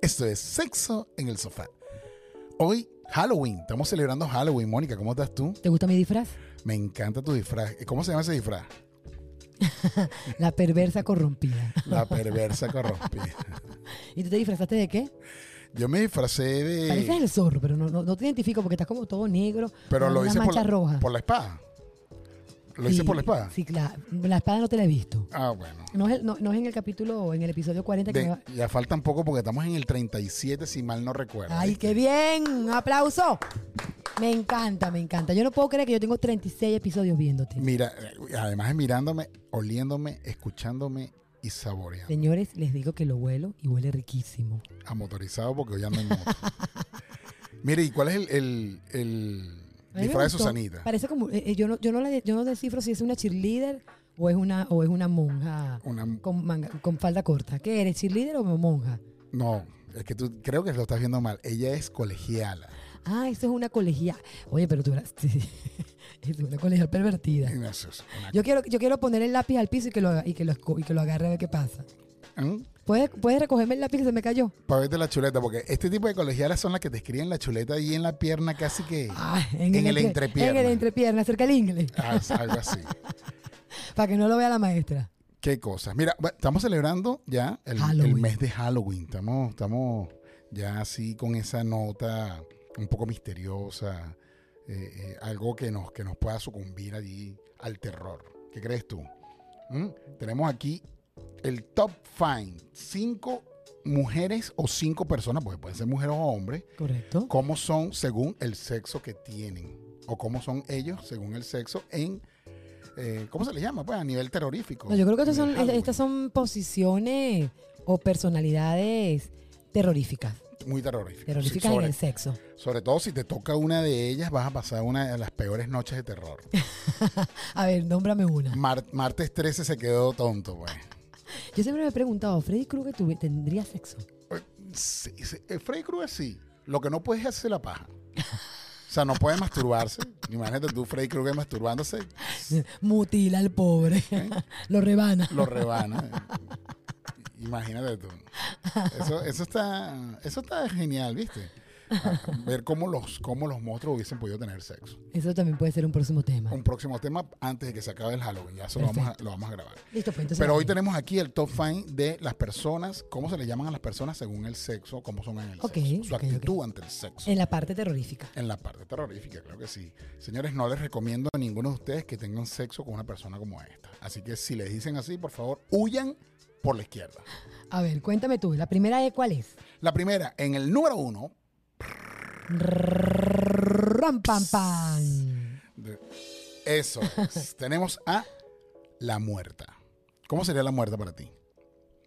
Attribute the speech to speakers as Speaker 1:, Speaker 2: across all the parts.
Speaker 1: Esto es Sexo en el Sofá. Hoy, Halloween. Estamos celebrando Halloween. Mónica, ¿cómo estás tú?
Speaker 2: ¿Te gusta mi disfraz?
Speaker 1: Me encanta tu disfraz. Eh, ¿Cómo se llama ese disfraz?
Speaker 2: La perversa corrompida.
Speaker 1: La perversa corrompida.
Speaker 2: ¿Y tú te disfrazaste de qué?
Speaker 1: Yo me disfracé de...
Speaker 2: Pareces el zorro, pero no, no, no te identifico porque estás como todo negro.
Speaker 1: Pero
Speaker 2: con
Speaker 1: lo
Speaker 2: una
Speaker 1: hice por
Speaker 2: mancha
Speaker 1: la,
Speaker 2: roja.
Speaker 1: por la espada. Lo hice
Speaker 2: Sí,
Speaker 1: por la espada.
Speaker 2: Sí, claro. La espada no te la he visto.
Speaker 1: Ah, bueno.
Speaker 2: No es, el- no, no es en el capítulo, en el episodio 40 que
Speaker 1: De-
Speaker 2: me va-
Speaker 1: ya faltan poco porque estamos en el 37, si mal no recuerdo.
Speaker 2: ¡Ay, qué bien! ¡Un aplauso! Me encanta, me encanta. Yo no puedo creer que yo tengo 36 episodios viéndote.
Speaker 1: Mira, eh, además de mirándome, oliéndome, escuchándome y saboreando.
Speaker 2: Señores, les digo que lo huelo y huele riquísimo.
Speaker 1: A motorizado porque hoy ando en moto. Mire, ¿y cuál es el, el, el
Speaker 2: A mí me
Speaker 1: disfraz de
Speaker 2: gustó.
Speaker 1: Susanita?
Speaker 2: Parece como, eh, eh, yo, no, yo, no la de- yo no descifro si es una cheerleader o es una, o es una monja
Speaker 1: Una,
Speaker 2: con, manga- con falda corta. ¿Qué eres, cheerleader o monja?
Speaker 1: no, es que tú creo que lo estás viendo mal. Ella es colegiala.
Speaker 2: Ah, eso es una colegial. Oye, pero tú eras sí, es una colegial pervertida.
Speaker 1: Eso es una-
Speaker 2: Yo quiero, yo quiero poner el lápiz al piso y que lo, haga- y que lo, esco- y que lo agarre a ver qué pasa.
Speaker 1: ¿Mm?
Speaker 2: ¿Puedes, ¿Puedes recogerme el lápiz que se me cayó?
Speaker 1: Para verte la chuleta, porque este tipo de colegialas son las que te escriben la chuleta ahí en la pierna casi que...
Speaker 2: Ah,
Speaker 1: En el
Speaker 2: entre-
Speaker 1: entrepierna.
Speaker 2: En el entrepierna, cerca del ingle,
Speaker 1: Ah, es algo así.
Speaker 2: para que no lo vea la maestra.
Speaker 1: Qué cosas. Mira, va- estamos celebrando ya el,
Speaker 2: Halloween.
Speaker 1: el mes de Halloween. Estamos, estamos ya así con esa nota un poco misteriosa. eh, eh, algo que nos, que nos pueda sucumbir allí al terror. ¿Qué crees tú? ¿Mm? Tenemos aquí el top five. Cinco mujeres o cinco personas, porque pueden ser mujeres o hombres,
Speaker 2: ¿Correcto?
Speaker 1: cómo son según el sexo que tienen. O cómo son ellos según el sexo en... eh, ¿Cómo se le llama? Pues a nivel terrorífico.
Speaker 2: No, yo creo que estas
Speaker 1: En el
Speaker 2: son,
Speaker 1: Halloween.
Speaker 2: estas son posiciones o personalidades terroríficas.
Speaker 1: muy terroríficas.
Speaker 2: Terroríficas en
Speaker 1: sobre,
Speaker 2: el sexo.
Speaker 1: sobre todo si te toca una de ellas, vas a pasar una de las peores noches de terror.
Speaker 2: A ver, nómbrame una.
Speaker 1: Mar- martes 13 se quedó tonto, pues.
Speaker 2: Yo siempre me he preguntado, ¿Freddy Krueger tuvi- tendría sexo?
Speaker 1: Sí, sí, eh, Freddy Krueger sí. Lo que no puedes es hacer la paja. O sea, no puede masturbarse. Imagínate tú, Freddy Krueger masturbándose,
Speaker 2: Mutila al pobre. Lo rebana.
Speaker 1: lo rebana. Imagínate tú. Eso, eso está, eso está genial, ¿viste? Ah, Ver cómo los, cómo los monstruos hubiesen podido tener sexo.
Speaker 2: Eso también puede ser un próximo tema.
Speaker 1: Un próximo tema antes de que se acabe el Halloween. Ya eso lo vamos, a, lo vamos a grabar.
Speaker 2: Listo, pues entonces.
Speaker 1: Pero hoy tenemos aquí el top 5 de las personas, cómo se le llaman a las personas según el sexo, cómo son en el
Speaker 2: Ok,
Speaker 1: sexo, su
Speaker 2: ok,
Speaker 1: actitud ante el sexo.
Speaker 2: En la parte terrorífica.
Speaker 1: En la parte terrorífica, claro que sí. Señores, no les recomiendo a ninguno de ustedes que tengan sexo con una persona como esta. Así que si les dicen así, por favor, huyan por la izquierda.
Speaker 2: A ver, cuéntame tú, ¿la primera es cuál es?
Speaker 1: La primera, en el número uno,
Speaker 2: Ram, pam, pam.
Speaker 1: de- eso es, tenemos a la muerta. ¿Cómo sería la muerta para ti?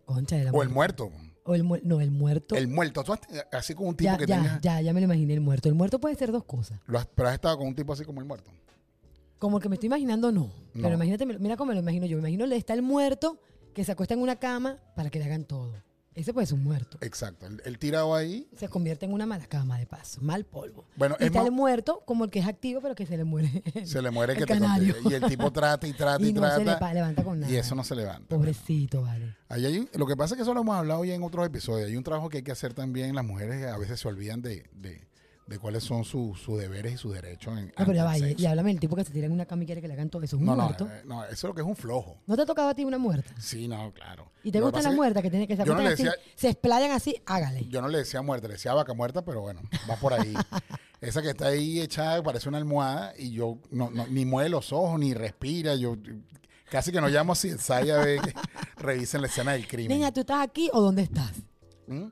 Speaker 2: Concha de la
Speaker 1: O el
Speaker 2: muerte.
Speaker 1: muerto.
Speaker 2: O el muerto. No, el muerto.
Speaker 1: El muerto. Tú has te- así con un tipo
Speaker 2: ya,
Speaker 1: que
Speaker 2: ya,
Speaker 1: tenga...
Speaker 2: ya, ya me lo imaginé, el muerto. El muerto puede ser dos cosas.
Speaker 1: Lo has- pero has estado con un tipo así como el muerto.
Speaker 2: Como el que me estoy imaginando, no.
Speaker 1: No.
Speaker 2: Pero imagínate, mira cómo me lo imagino yo. Me imagino le está el muerto que se acuesta en una cama para que le hagan todo. Ese puede ser un muerto.
Speaker 1: Exacto, el, el tirado ahí.
Speaker 2: Se convierte en una mala cama de paso, mal polvo.
Speaker 1: Bueno,
Speaker 2: Y
Speaker 1: es
Speaker 2: está
Speaker 1: más,
Speaker 2: el muerto como el que es activo, pero que se le muere.
Speaker 1: se le muere
Speaker 2: el
Speaker 1: que te
Speaker 2: canario.
Speaker 1: conté. Y el tipo trata y trata y,
Speaker 2: y no
Speaker 1: trata.
Speaker 2: se le pa- levanta con nada.
Speaker 1: y eso no se levanta.
Speaker 2: Pobrecito, vale.
Speaker 1: Ahí hay un- lo que pasa es que eso lo hemos hablado ya en otros episodios. Hay un trabajo que hay que hacer también. Las mujeres a veces se olvidan de, de- de cuáles son sus sus deberes y sus derechos. En,
Speaker 2: No, Ah, pero
Speaker 1: ante
Speaker 2: ya
Speaker 1: el
Speaker 2: vaya.
Speaker 1: sexo.
Speaker 2: Y háblame del tipo que se tira en una cama y quiere que le hagan todo eso. ¿Es un
Speaker 1: no, no,
Speaker 2: muerto?
Speaker 1: eh, no, eso es lo que es un flojo.
Speaker 2: ¿No te ha tocado a ti una muerta?
Speaker 1: Sí, no, claro.
Speaker 2: ¿Y te
Speaker 1: Lo que
Speaker 2: gustan
Speaker 1: pasa
Speaker 2: las
Speaker 1: es que
Speaker 2: muertas que tienen que se
Speaker 1: yo no
Speaker 2: acuestan
Speaker 1: le
Speaker 2: así?
Speaker 1: decía-
Speaker 2: Se explayan así, hágale.
Speaker 1: Yo no le decía muerta, le decía vaca muerta, pero bueno, va por ahí. Esa que está ahí echada parece una almohada y yo no, no- ni mueve los ojos, ni respira. Yo casi que no llamo a CSI a ver que revisen la escena del crimen.
Speaker 2: Niña, ¿tú estás aquí o dónde estás?
Speaker 1: ¿Mm?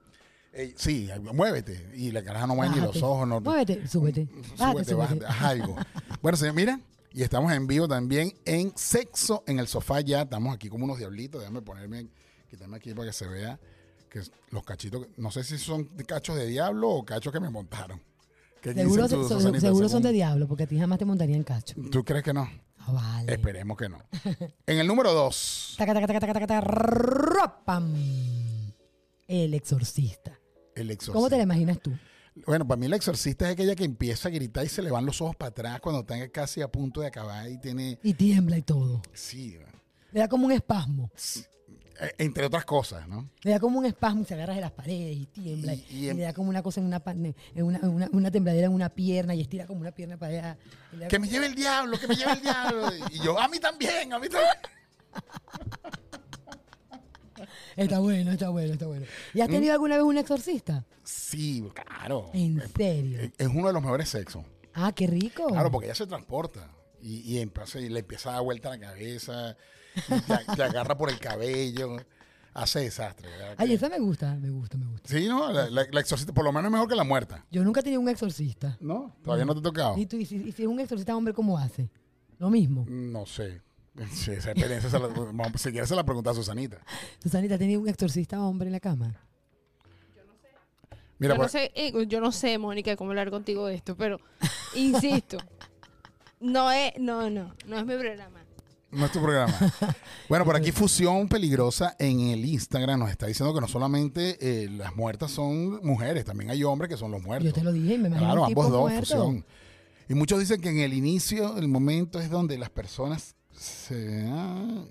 Speaker 1: Eh, sí, muévete. Y la caraja no mueve ni los
Speaker 2: Bájate.
Speaker 1: ojos, no.
Speaker 2: Muévete, súbete. Bájate,
Speaker 1: Súbete, bájate, haz algo. Bueno, señor, mira, y estamos en vivo también en Sexo en el Sofá ya. Estamos aquí como unos diablitos. Déjame ponerme, quitarme aquí para que se vea que los cachitos, no sé si son cachos de diablo o cachos que me montaron. ¿Qué dices
Speaker 2: Seguro,
Speaker 1: tú,
Speaker 2: se-
Speaker 1: Susanita,
Speaker 2: seguro son
Speaker 1: según-
Speaker 2: de diablo, porque a ti jamás te montarían cacho.
Speaker 1: ¿Tú crees que no?
Speaker 2: Ah, vale.
Speaker 1: Esperemos que no. En el número dos,
Speaker 2: Taca, taca, taca, taca, taca, taca, rrrrrrrrrrrrrrrrrrrrrrrrrrrrrrrrrrrrrrrrrrrrrrrr, pam. El exorcista.
Speaker 1: el
Speaker 2: ¿Cómo te
Speaker 1: exorcista.
Speaker 2: la imaginas tú?
Speaker 1: Bueno, para mí el exorcista es aquella que empieza a gritar y se le van los ojos para atrás cuando está casi a punto de acabar y tiene...
Speaker 2: Y tiembla y todo.
Speaker 1: Sí,
Speaker 2: Le da como un espasmo.
Speaker 1: eh, entre otras cosas, ¿no?
Speaker 2: Le da como un espasmo y se agarra de las paredes y tiembla.
Speaker 1: Y-
Speaker 2: Y,
Speaker 1: y em-
Speaker 2: le da como una cosa en una, pa- en una, en una- una tembladera en una pierna y estira como una pierna para allá. Y le da
Speaker 1: Que me lleve el diablo, que me lleve el diablo. Y yo, a mí también, a mí también.
Speaker 2: Está bueno, está bueno, está bueno. ¿Y
Speaker 1: Mm.
Speaker 2: has tenido alguna vez un exorcista?
Speaker 1: Sí, claro.
Speaker 2: ¿En
Speaker 1: Eh,
Speaker 2: serio?
Speaker 1: eh, Es uno de los mejores sexos.
Speaker 2: Ah, qué rico.
Speaker 1: Claro, porque ella se transporta. Y, y empieza- y le empieza a dar vuelta la cabeza. Y te, te agarra por el cabello. Hace desastre. ¿verdad?
Speaker 2: Ay,
Speaker 1: Que-
Speaker 2: esa me gusta, me gusta, me gusta.
Speaker 1: Sí, ¿no? La, la- la exorcista, por lo menos es mejor que la muerta.
Speaker 2: Yo nunca he tenido un exorcista.
Speaker 1: ¿No? Todavía no te ha tocado.
Speaker 2: ¿Y tú, y si, y si es un exorcista hombre, cómo hace? Lo mismo.
Speaker 1: No sé. Sí, esa experiencia, se la- vamos, si quieres, se la pregunta a Susanita.
Speaker 2: Susanita, ¿has tenido un exorcista hombre en la cama?
Speaker 1: Mira, pues,
Speaker 3: yo,
Speaker 1: por-
Speaker 3: no sé, eh, yo no sé, Mónica, cómo hablar contigo de esto, pero insisto, no es, no, no, no es mi programa.
Speaker 1: No es tu programa. Bueno, por aquí Fusión Peligrosa en el Instagram nos está diciendo que no solamente eh, las muertas son mujeres, también hay hombres que son los muertos.
Speaker 2: Yo te lo dije, me imagino.
Speaker 1: claro,
Speaker 2: un tipo
Speaker 1: ambos dos,
Speaker 2: muerto.
Speaker 1: Fusión. Y muchos dicen que en el inicio, el momento es donde las personas se, ah,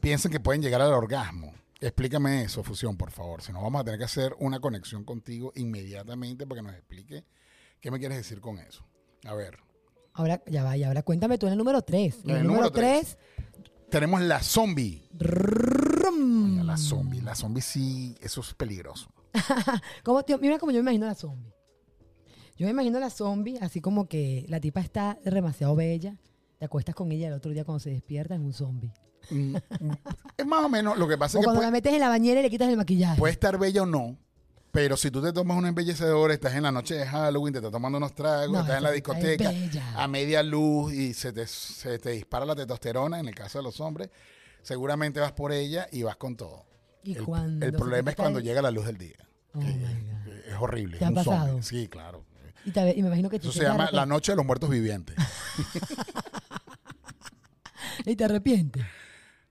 Speaker 1: piensan que pueden llegar al orgasmo. Explícame eso, Fusión, por favor. Si no, vamos a tener que hacer una conexión contigo inmediatamente para que nos explique qué me quieres decir con eso. A ver,
Speaker 2: Ahora, ya va, y ahora cuéntame tú en el número 3.
Speaker 1: En
Speaker 2: En el,
Speaker 1: el número
Speaker 2: número
Speaker 1: tres.
Speaker 2: 3,
Speaker 1: tenemos la zombie. Coño,
Speaker 2: Mm.
Speaker 1: la zombie, la zombie sí, eso es peligroso.
Speaker 2: ¿Cómo te- mira como yo me imagino a la zombie. Yo me imagino a la zombie así como que la tipa está demasiado bella, te acuestas con ella y el otro día cuando se despierta es un zombie.
Speaker 1: Mm, es más o menos lo que pasa
Speaker 2: O
Speaker 1: es que
Speaker 2: cuando la
Speaker 1: puede, Pues,
Speaker 2: metes en la bañera y le quitas el maquillaje.
Speaker 1: puede estar bella o no, pero si tú te tomas un embellecedor, estás en la noche de Halloween, te estás tomando unos tragos,
Speaker 2: No,
Speaker 1: estás en la
Speaker 2: esa tipa es
Speaker 1: discoteca
Speaker 2: bella.
Speaker 1: a media luz y se te, se te dispara la testosterona, en el caso de los hombres, seguramente vas por ella y vas con todo.
Speaker 2: y
Speaker 1: el,
Speaker 2: cuando
Speaker 1: el
Speaker 2: se
Speaker 1: problema
Speaker 2: te
Speaker 1: es cuando
Speaker 2: cae-
Speaker 1: llega la luz del día.
Speaker 2: Oh, my God.
Speaker 1: Eh, Es horrible.
Speaker 2: ¿Te
Speaker 1: es
Speaker 2: ha
Speaker 1: un
Speaker 2: pasado?
Speaker 1: zombie. Sí, claro.
Speaker 2: Y, te- y me imagino que tú
Speaker 1: Eso se
Speaker 2: te
Speaker 1: llama
Speaker 2: arrep-
Speaker 1: la noche de los muertos vivientes.
Speaker 2: y te arrepientes.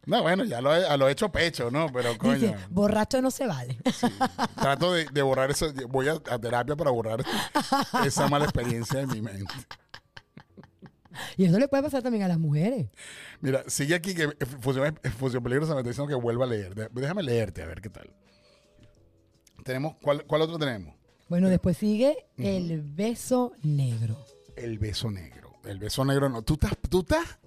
Speaker 1: No, bueno, ya lo he, a lo he hecho pecho, ¿no? Pero coño.
Speaker 2: Dice, borracho no se vale.
Speaker 1: Sí. Trato de, de borrar eso. Voy a, a terapia para borrar esa mala experiencia de mi mente.
Speaker 2: y eso le puede pasar también a las mujeres.
Speaker 1: Mira, sigue aquí que Fusión, Fusión Peligrosa me está diciendo que vuelva a leer. De- Déjame leerte, a ver qué tal. Tenemos, ¿cuál, cuál otro tenemos?
Speaker 2: Bueno, después sigue el beso negro.
Speaker 1: El beso negro. El beso negro no. Tú estás, tú estás,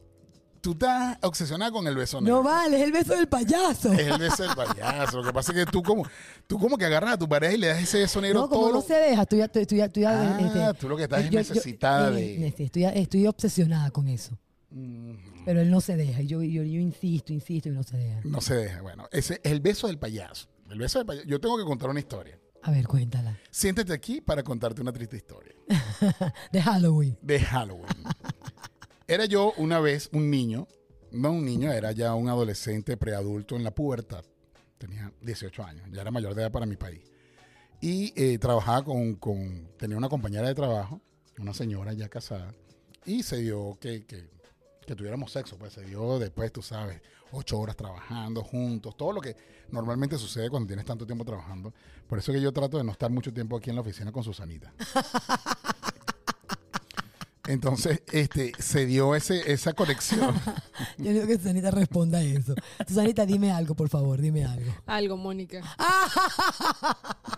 Speaker 1: tú estás obsesionada con el beso negro.
Speaker 2: No vale, es el beso del payaso.
Speaker 1: Es el beso del payaso. Lo que pasa es que tú como, tú como que agarras a tu pareja y le das ese beso negro
Speaker 2: No, como
Speaker 1: todo.
Speaker 2: no se deja, tú ya, tú, tú ya, tú ya,
Speaker 1: Ah,
Speaker 2: este,
Speaker 1: tú lo que estás es necesitada de-
Speaker 2: eh, este, Estoy, estoy obsesionada con eso. Pero él no se deja. Y yo, yo, yo insisto, insisto y no se deja.
Speaker 1: No se deja. Bueno, ese es el beso del payaso. El beso del payaso. Yo tengo que contar una historia.
Speaker 2: A ver, cuéntala.
Speaker 1: Siéntate aquí para contarte una triste historia
Speaker 2: De Halloween.
Speaker 1: de Halloween. Era yo una vez un niño, no un niño, era ya un adolescente preadulto en la pubertad. Tenía 18 años, ya era mayor de edad para mi país. Y eh, trabajaba con, con- tenía una compañera de trabajo, una señora ya casada, y se dio que, que, que tuviéramos sexo, pues se dio después, tú sabes, ocho horas trabajando juntos, todo lo que normalmente sucede cuando tienes tanto tiempo trabajando. Por eso que yo trato de no estar mucho tiempo aquí en la oficina con Susanita. Entonces, este, se dio ese, esa conexión.
Speaker 2: Yo digo que Susanita responda a eso. Susanita, dime algo, por favor, dime algo.
Speaker 3: Algo, Mónica.
Speaker 1: Ah,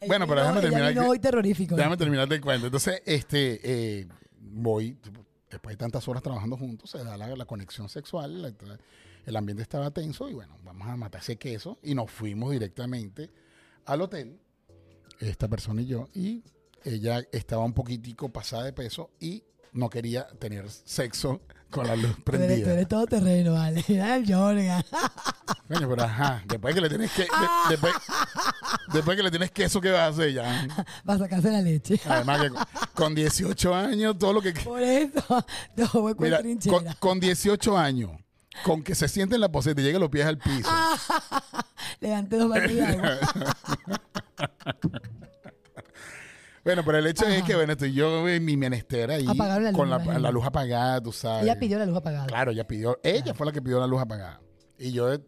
Speaker 2: Ella
Speaker 1: Bueno, pero
Speaker 2: vino-
Speaker 1: déjame
Speaker 2: ella
Speaker 1: terminar
Speaker 2: vino
Speaker 1: aquí.
Speaker 2: hoy terrorífico.
Speaker 1: Déjame terminar de cuento. Entonces, este, eh, voy, después de tantas horas trabajando juntos, se da la, la conexión sexual, la- el ambiente estaba tenso y bueno, vamos a matar ese queso y nos fuimos directamente al hotel, esta persona y yo, y ella estaba un poquitico pasada de peso y no quería tener sexo con la luz
Speaker 2: Tú eres, tú
Speaker 1: prendida.
Speaker 2: eres todo terreno, vale. Dale al Jorga.
Speaker 1: Coño, pero ajá, después que le tienes que, de- después, después que le tienes queso, ¿qué vas a hacer ya?
Speaker 2: Va a sacarse la leche.
Speaker 1: Además que con- con 18 años, todo lo que...
Speaker 2: Por eso, no, hueco en
Speaker 1: Mira, con,
Speaker 2: trinchera.
Speaker 1: con 18 años, con que se siente en la poseta y llegue los pies al piso.
Speaker 2: Ah. Levante dos vasos de agua.
Speaker 1: Bueno, pero el hecho es
Speaker 2: Ajá.
Speaker 1: que, bueno, estoy yo en mi menester ahí,
Speaker 2: Apagaron la luz,
Speaker 1: con
Speaker 2: me
Speaker 1: la,
Speaker 2: imagino.
Speaker 1: la luz apagada, tú sabes.
Speaker 2: Ella pidió la luz apagada.
Speaker 1: Claro, ella pidió, ella fue la que pidió la luz apagada. Y yo, eh,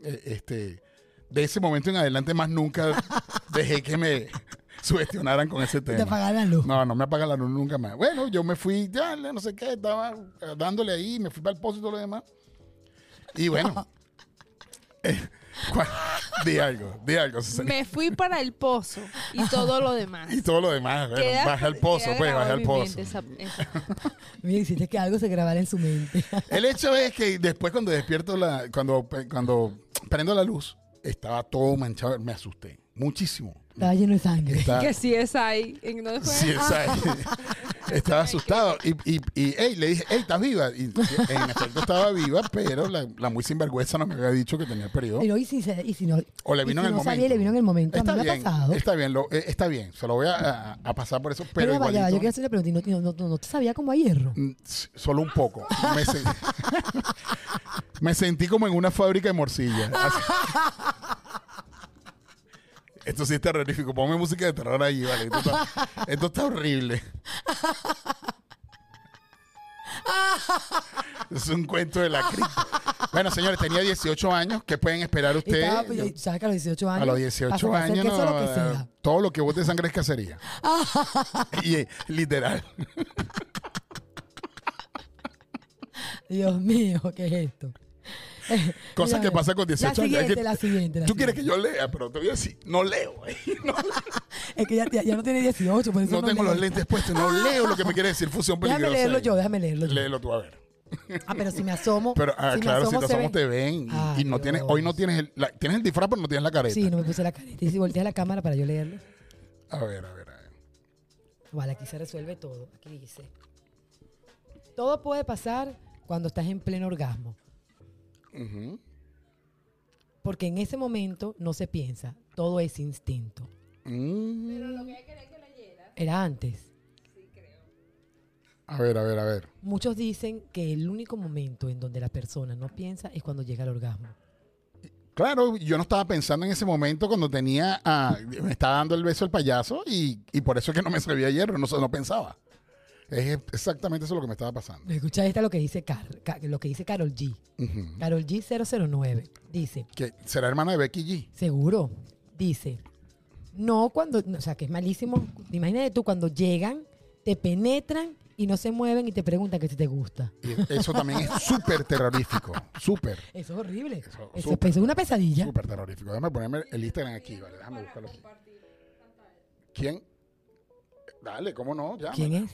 Speaker 1: este, de ese momento en adelante más nunca dejé que me sugestionaran con ese
Speaker 2: Y
Speaker 1: tema.
Speaker 2: Te apagaron la luz.
Speaker 1: No, no me apaga la luz nunca más. Bueno, yo me fui, ya, no sé qué, estaba dándole ahí, me fui para el pozo y todo lo demás. Y bueno. eh, ¿cuál- di algo, di algo, Susana.
Speaker 3: Me fui para el pozo y todo lo demás.
Speaker 1: Y todo lo demás, bueno,
Speaker 3: Queda-
Speaker 1: baja al pozo,
Speaker 3: queda
Speaker 1: pues,
Speaker 3: grabado
Speaker 1: baja
Speaker 3: en
Speaker 1: al
Speaker 3: mi
Speaker 1: pozo.
Speaker 3: mente esa- esa-
Speaker 2: Mira, hiciste que algo se grabara en su mente.
Speaker 1: El hecho es que después cuando despierto la, cuando, cuando prendo la luz, estaba todo manchado, me asusté muchísimo.
Speaker 2: Estaba lleno de sangre.
Speaker 1: Está-
Speaker 3: que sí es ahí. ¿En dónde fue?
Speaker 1: Ah.
Speaker 2: Ah.
Speaker 1: Sí, exacto. Estaba asustado. Y, y, y, ey, le dije, hey, ¿estás viva? Y en efecto estaba viva, pero la, la muy sinvergüenza no me había dicho que tenía periodo.
Speaker 2: Pero, y si, se- y si no,
Speaker 1: O le
Speaker 2: y
Speaker 1: vino en
Speaker 2: si
Speaker 1: el
Speaker 2: no
Speaker 1: momento.
Speaker 2: sabía y le vino en el momento.
Speaker 1: Está
Speaker 2: a mí me ha
Speaker 1: bien,
Speaker 2: pasado.
Speaker 1: está bien, lo- eh, está bien. Se lo voy a, a- a pasar por eso, pero
Speaker 2: Pero ya va, ya va, yo
Speaker 1: igualito,
Speaker 2: quiero hacer una pregunta. ¿Y no, no, no, no te sabía como a hierro?
Speaker 1: mm, s- solo un poco. Me, sen- me sentí como en una fábrica de morcillas. Así- Esto sí es terrorífico. Ponme música de terror ahí, vale. Esto está, esto está horrible. Es un cuento de la cripta. Bueno, señores, tenía 18 años. ¿Qué pueden esperar
Speaker 2: Y
Speaker 1: ustedes?
Speaker 2: estaba, pues, yo- ¿Sabes que a los 18 años?
Speaker 1: A los
Speaker 2: pasa
Speaker 1: 18
Speaker 2: para hacer
Speaker 1: años,
Speaker 2: que eso
Speaker 1: no,
Speaker 2: lo que sea.
Speaker 1: todo lo que bote sangre es cacería. y eh, literal.
Speaker 2: Dios mío, ¿qué es esto?
Speaker 1: Cosas
Speaker 2: Mira,
Speaker 1: que
Speaker 2: mira.
Speaker 1: pasan con 18 años.
Speaker 2: la
Speaker 1: Es
Speaker 2: Siguiente,
Speaker 1: que-
Speaker 2: la siguiente, la
Speaker 1: Tú quieres
Speaker 2: siguiente.
Speaker 1: que yo lea, pero todavía sí. No leo. eh. No,
Speaker 2: Es que ya, ya- ya no tiene 18, por eso
Speaker 1: no tengo
Speaker 2: leo. Ah.
Speaker 1: los lentes puestos. No leo lo que me quiere decir fusión peligrosa.
Speaker 2: Déjame leerlo
Speaker 1: ahí.
Speaker 2: yo, déjame leerlo yo.
Speaker 1: Léelo tú a ver.
Speaker 2: Ah, pero si me asomo.
Speaker 1: Pero ah,
Speaker 2: me
Speaker 1: claro, si
Speaker 2: asomo,
Speaker 1: te
Speaker 2: se
Speaker 1: somos
Speaker 2: ve.
Speaker 1: te ven. Y,
Speaker 2: Ay,
Speaker 1: y no tienes,
Speaker 2: Dios.
Speaker 1: hoy no tienes el, la- tienes el disfraz, pero no tienes la careta.
Speaker 2: Sí, no me puse la careta. Y si volteas la cámara para yo leerlo.
Speaker 1: A ver, a ver, a ver.
Speaker 2: Vale, aquí se resuelve todo. Aquí dice: Todo puede pasar cuando estás en pleno orgasmo.
Speaker 1: Ujú.
Speaker 2: Porque en ese momento no se piensa. Todo es instinto.
Speaker 1: Mm.
Speaker 2: Era antes.
Speaker 1: A ver, a ver, a ver.
Speaker 2: Muchos dicen que el único momento en donde la persona no piensa es cuando llega al orgasmo.
Speaker 1: Claro, yo no estaba pensando en ese momento cuando tenía a- me estaba dando el beso el payaso y, y por eso es que no me servía hierro, no, sé, no pensaba. Es exactamente eso lo que me estaba pasando.
Speaker 2: Escucha esta lo que dice Car- Ca- lo que dice Carol G.
Speaker 1: Ujú.
Speaker 2: Carol G 009 dice,
Speaker 1: Que será hermana de Becky G.
Speaker 2: seguro, dice, no cuando, o sea, que es malísimo. Imagínate tú cuando llegan, te penetran y no se mueven y te preguntan que si te gusta.
Speaker 1: Y eso también es súper terrorífico. Súper,
Speaker 2: Eso es horrible.
Speaker 1: Eso,
Speaker 2: Eso,
Speaker 1: súper.
Speaker 2: eso es una pesadilla.
Speaker 1: súper terrorífico. Déjame ponerme el Instagram aquí, ¿vale? Déjame buscarlo aquí. ¿Quién? Dale, ¿cómo no? Ya.
Speaker 2: ¿Quién es?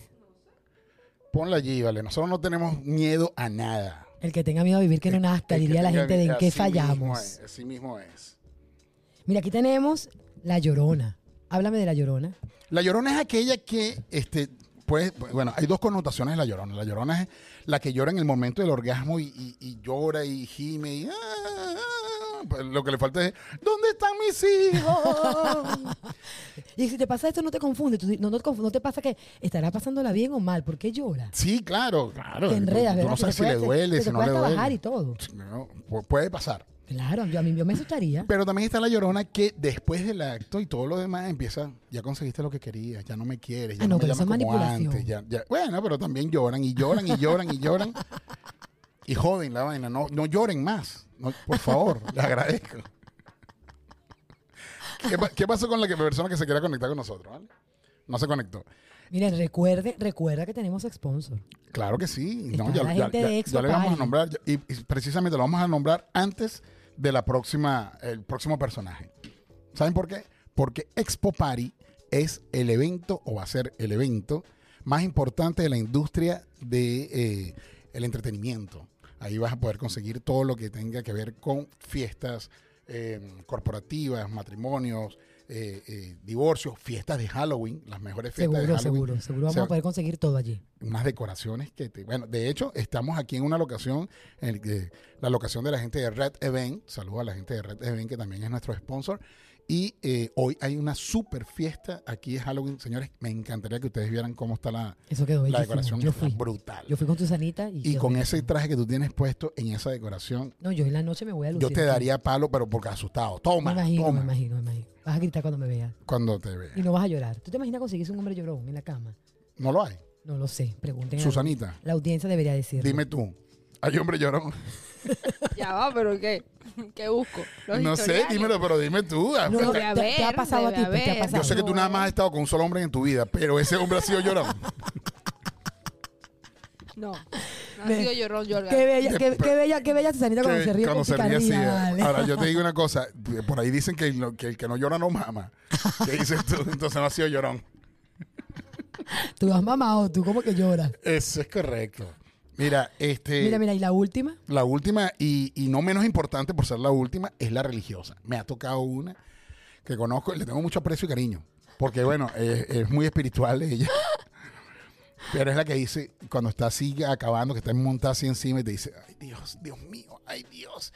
Speaker 1: Ponla allí, ¿vale? Nosotros no tenemos miedo a nada.
Speaker 2: El que tenga miedo a vivir que no nazca,
Speaker 1: El que
Speaker 2: diría la
Speaker 1: tenga
Speaker 2: gente de en
Speaker 1: vida,
Speaker 2: qué
Speaker 1: así mismo
Speaker 2: fallamos.
Speaker 1: es, así mismo es.
Speaker 2: Mira, aquí tenemos La Llorona. Háblame de La Llorona.
Speaker 1: La llorona es aquella que, este, pues, bueno, hay dos connotaciones de la llorona. La llorona es la que llora en el momento del orgasmo y, y- y llora y gime y. ah, ah, ah. Pues Lo que le falta es, ¿dónde están mis hijos?
Speaker 2: Y si te pasa esto, no te confundes. Tú di- no, no te confu- no te pasa que estará pasándola bien o mal. ¿Por qué llora?
Speaker 1: Sí, claro, claro.
Speaker 2: Te enredas,
Speaker 1: Tú- tú
Speaker 2: ¿verdad?
Speaker 1: no
Speaker 2: Se
Speaker 1: sabes si
Speaker 2: te puede
Speaker 1: le
Speaker 2: hacer-
Speaker 1: duele,
Speaker 2: se
Speaker 1: si
Speaker 2: te
Speaker 1: no
Speaker 2: puede
Speaker 1: le
Speaker 2: hasta
Speaker 1: duele.
Speaker 2: bajar y todo.
Speaker 1: No, pu- puede pasar.
Speaker 2: Claro, yo, a mí yo me asustaría.
Speaker 1: Pero también está la llorona que después del acto y todo lo demás empieza, ya conseguiste lo que querías, ya no me quieres, ya
Speaker 2: Ah,
Speaker 1: no,
Speaker 2: no,
Speaker 1: me
Speaker 2: pero eso
Speaker 1: llamas
Speaker 2: es
Speaker 1: como
Speaker 2: manipulación.
Speaker 1: antes. ya- ya- Bueno, pero también lloran y lloran y lloran y lloran. y joden la vaina, no, no lloren más. No, por favor, les agradezco. ¿Qué, pa- qué pasó con la que- persona que se quiera conectar con nosotros? ¿vale? No se conectó.
Speaker 2: Miren, recuerde, recuerda que tenemos sponsor.
Speaker 1: Claro que sí. No,
Speaker 2: Está
Speaker 1: ya,
Speaker 2: la
Speaker 1: ya-
Speaker 2: gente
Speaker 1: ya-
Speaker 2: de Exo
Speaker 1: ya le vamos a
Speaker 2: Party.
Speaker 1: nombrar. ya- Y, y precisamente lo vamos a nombrar antes de la próxima, el próximo personaje. ¿Saben por qué? Porque Expo Party es el evento, o va a ser el evento, más importante de la industria de eh, el entretenimiento. Ahí vas a poder conseguir todo lo que tenga que ver con fiestas eh, corporativas, matrimonios, eh, eh, divorcios, fiestas de Halloween, las mejores fiestas de
Speaker 2: Seguro,
Speaker 1: Halloween
Speaker 2: seguro. Seguro vamos
Speaker 1: Se-
Speaker 2: a poder conseguir todo allí.
Speaker 1: unas decoraciones que te, bueno de hecho estamos aquí en una locación en el que- la locación de la gente de Red Event saludo a la gente de Red Event que también es nuestro sponsor y eh, hoy hay una super fiesta aquí es Halloween señores me encantaría que ustedes vieran cómo está la,
Speaker 2: Eso quedó
Speaker 1: la
Speaker 2: bellísimo.
Speaker 1: decoración
Speaker 2: Yo
Speaker 1: está
Speaker 2: fui.
Speaker 1: brutal
Speaker 2: Yo fui con Susanita y.
Speaker 1: y
Speaker 2: quedó
Speaker 1: con
Speaker 2: bellísimo.
Speaker 1: ese traje que tú tienes puesto en esa decoración
Speaker 2: No, yo en la noche me voy a
Speaker 1: yo
Speaker 2: lucir.
Speaker 1: te
Speaker 2: aquí.
Speaker 1: daría palo pero porque asustado
Speaker 2: Me
Speaker 1: toma
Speaker 2: imagino,
Speaker 1: toma
Speaker 2: me imagino, me imagino. Vas a gritar cuando me veas.
Speaker 1: cuando te vea
Speaker 2: Y no vas a llorar. ¿Tú te imaginas conseguirse un hombre llorón en la cama?
Speaker 1: no lo hay
Speaker 2: No lo sé. Pregunten. a la-
Speaker 1: Susanita
Speaker 2: La audiencia debería decir.
Speaker 1: dime tú hay hombre llorón
Speaker 3: Ya va, pero ¿qué? ¿Qué busco? Los
Speaker 1: no sé
Speaker 3: historiales.
Speaker 1: dímelo pero dime tú
Speaker 2: No,
Speaker 3: Debe
Speaker 2: te- te ha
Speaker 3: haber,
Speaker 2: pasado a ti,
Speaker 3: debe
Speaker 2: pues, te ha
Speaker 3: haber.
Speaker 2: pasado.
Speaker 1: Yo sé que tú nada más has estado con un solo hombre en tu vida, pero ese hombre ha sido llorón.
Speaker 3: No. No ha sido llorón, Jordan.
Speaker 2: Qué bella, qué,
Speaker 1: Pero-
Speaker 2: qué bella, qué bella Susanita cuando
Speaker 1: Que
Speaker 2: se ríe.
Speaker 1: cuando
Speaker 2: con
Speaker 1: se ríe así.
Speaker 2: picardía,
Speaker 1: eh.
Speaker 2: vale.
Speaker 1: Ahora, yo te digo una cosa. Por ahí dicen que el, no- que el que no llora no mama. ¿Qué dices tú? Entonces no ha sido llorón.
Speaker 2: Tú has mamado, tú como que lloras.
Speaker 1: Eso es correcto. Mira, este.
Speaker 2: Mira, mira, y la última.
Speaker 1: La última, y, y no menos importante por ser la última, es la religiosa. Me ha tocado una que conozco, y le tengo mucho aprecio y cariño, porque bueno, es, es muy espiritual ella. Pero es la que dice, cuando está así acabando, que está montada así encima y te dice, ay Dios, Dios mío, ay Dios.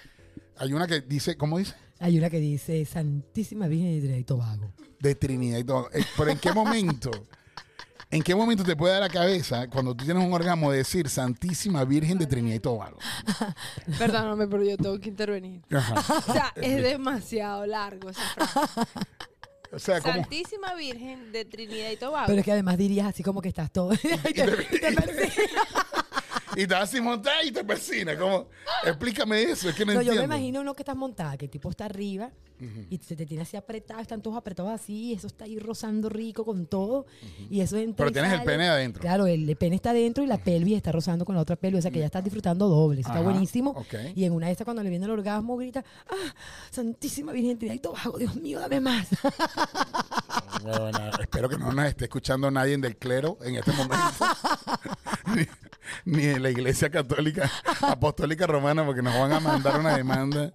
Speaker 1: Hay una que dice, ¿cómo dice?
Speaker 2: Hay una que dice, Santísima Virgen de Tobago.
Speaker 1: De Trinidad y todo. Eh, Pero ¿en qué momento? ¿En qué momento te puede dar la cabeza cuando tú tienes un orgasmo de decir Santísima Virgen de Trinidad y Tobago?
Speaker 3: Perdóname, pero yo tengo que intervenir.
Speaker 1: Ajá.
Speaker 3: O sea, es demasiado largo esa frase.
Speaker 1: O sea, como...
Speaker 3: Santísima Virgen de Trinidad y Tobago.
Speaker 2: Pero es que además dirías así como que estás todo. y te- y te persigue.
Speaker 1: Y estás así montada y te persina. como Explícame eso, es que no,
Speaker 2: No, yo
Speaker 1: entiendo.
Speaker 2: me imagino uno que estás montada, que el tipo está arriba y se te tiene así apretado, están todos apretados así, y eso está ahí rozando rico con todo. Y eso entra
Speaker 1: Pero
Speaker 2: y
Speaker 1: tienes el
Speaker 2: sale.
Speaker 1: pene adentro.
Speaker 2: Claro, el, el pene está adentro y la pelvis está rozando con la otra pelvis, o sea que ya estás disfrutando doble, eso está
Speaker 1: Ajá,
Speaker 2: buenísimo.
Speaker 1: ok.
Speaker 2: Y en una de estas cuando le viene el orgasmo grita, "Ah, santísima virgen Trinidad y Tobago, Dios mío, dame más."
Speaker 1: Bueno, nada, espero que no nos esté escuchando nadie del clero en este momento. ni, ni de la iglesia católica, apostólica romana, porque nos van a mandar una demanda.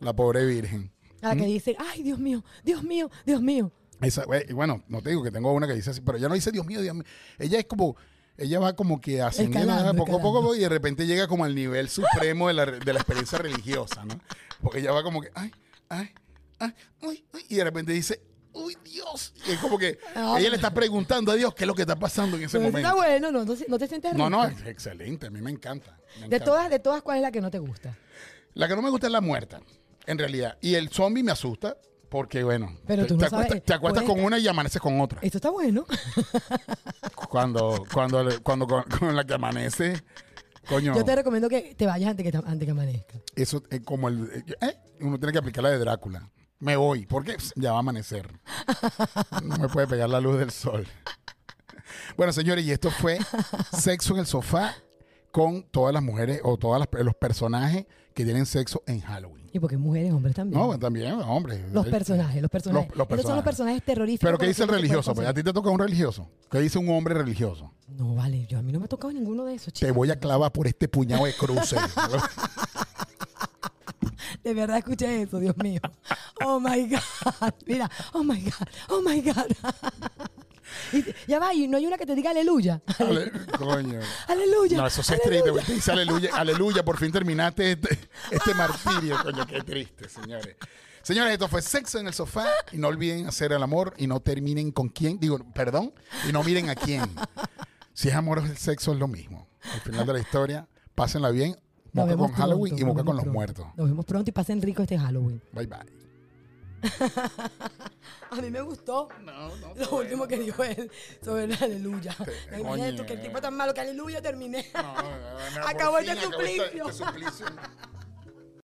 Speaker 1: La pobre virgen.
Speaker 2: A la que dicen, "Ay, Dios mío, Dios mío, Dios mío."
Speaker 1: Esa, güey, y bueno, no te digo que tengo una que dice así, pero ya no dice Dios mío, Dios mío. Ella es como, ella va como que ascendiendo
Speaker 2: Escalando,
Speaker 1: poco a poco
Speaker 2: escalando.
Speaker 1: y de repente llega como al nivel supremo de la, re- de la experiencia religiosa, ¿no? Porque ella va como que, ay, ay, ay, uy, uy, y de repente dice, uy, Dios. Y es como que
Speaker 2: Ah.
Speaker 1: ella le está preguntando a Dios qué es lo que está pasando en ese
Speaker 2: Pero está
Speaker 1: momento.
Speaker 2: bueno, no, no, se- no te sientes
Speaker 1: No, no,
Speaker 2: rico.
Speaker 1: es excelente, a mí me encanta. me
Speaker 2: De
Speaker 1: encanta.
Speaker 2: todas, de todas, ¿cuál es la que no te gusta?
Speaker 1: La que no me gusta es la muerta, en realidad. Y el zombie me asusta porque, bueno,
Speaker 2: Pero
Speaker 1: te,
Speaker 2: tú no
Speaker 1: te acuestas-
Speaker 2: sabes,
Speaker 1: te acuestas
Speaker 2: puedes-
Speaker 1: con una y amaneces con otra.
Speaker 2: Esto está bueno.
Speaker 1: cuando cuando le- cuando con, con la que amanece coño
Speaker 2: Yo te recomiendo que te vayas antes que, ta- antes que amanezca.
Speaker 1: eso es como el eh, uno tiene que aplicar la de Drácula me voy porque pss, ya va a amanecer no me puede pegar la luz del sol bueno señores y esto fue sexo en el sofá con todas las mujeres o todos los personajes que tienen sexo en Halloween
Speaker 2: Y porque mujeres, hombres también.
Speaker 1: no bueno, también hombre
Speaker 2: los
Speaker 1: Eh,
Speaker 2: personajes, los personajes.
Speaker 1: Los- los
Speaker 2: Estos son los personajes terroríficos.
Speaker 1: pero qué
Speaker 2: con
Speaker 1: dice el
Speaker 2: los que uno se
Speaker 1: religioso
Speaker 2: puede
Speaker 1: pues a ti te toca un religioso qué dice un hombre religioso
Speaker 2: conseguir. No, vale, yo a mí no me ha tocado ninguno de esos,
Speaker 1: te
Speaker 2: chicos.
Speaker 1: voy a clavar por este puñado de cruces
Speaker 2: De verdad escuché eso, Dios mío. Oh my God. Mira, oh my God, oh my God. Y ya va, y no hay una que te diga aleluya.
Speaker 1: Ale- coño.
Speaker 2: Aleluya.
Speaker 1: No, eso sí es
Speaker 2: aleluya.
Speaker 1: triste. porque dice aleluya, aleluya, por fin terminaste este, este martirio. Coño, qué triste, señores. Señores, esto fue Sexo en el Sofá. Y no olviden hacer el amor y no terminen con quién. Digo, perdón, y no miren a quién. Si es amor o es el sexo, es lo mismo. Al final de la historia, pásenla bien.
Speaker 2: Nos
Speaker 1: Moca
Speaker 2: vemos
Speaker 1: con Halloween
Speaker 2: pronto,
Speaker 1: y
Speaker 2: nos
Speaker 1: moca
Speaker 2: vemos
Speaker 1: con los
Speaker 2: pronto.
Speaker 1: muertos.
Speaker 2: Nos vemos pronto y pasen rico este Halloween.
Speaker 1: Bye, bye.
Speaker 2: A mí me gustó lo último que dijo él sobre la aleluya.
Speaker 1: Te-
Speaker 2: Imagínate
Speaker 1: coño.
Speaker 2: tú, que el tipo tan malo que aleluya terminé.
Speaker 1: No, no, no, no,
Speaker 2: Acabó
Speaker 1: por
Speaker 2: este
Speaker 1: fin acabó
Speaker 2: suplicio.
Speaker 1: este suplicio.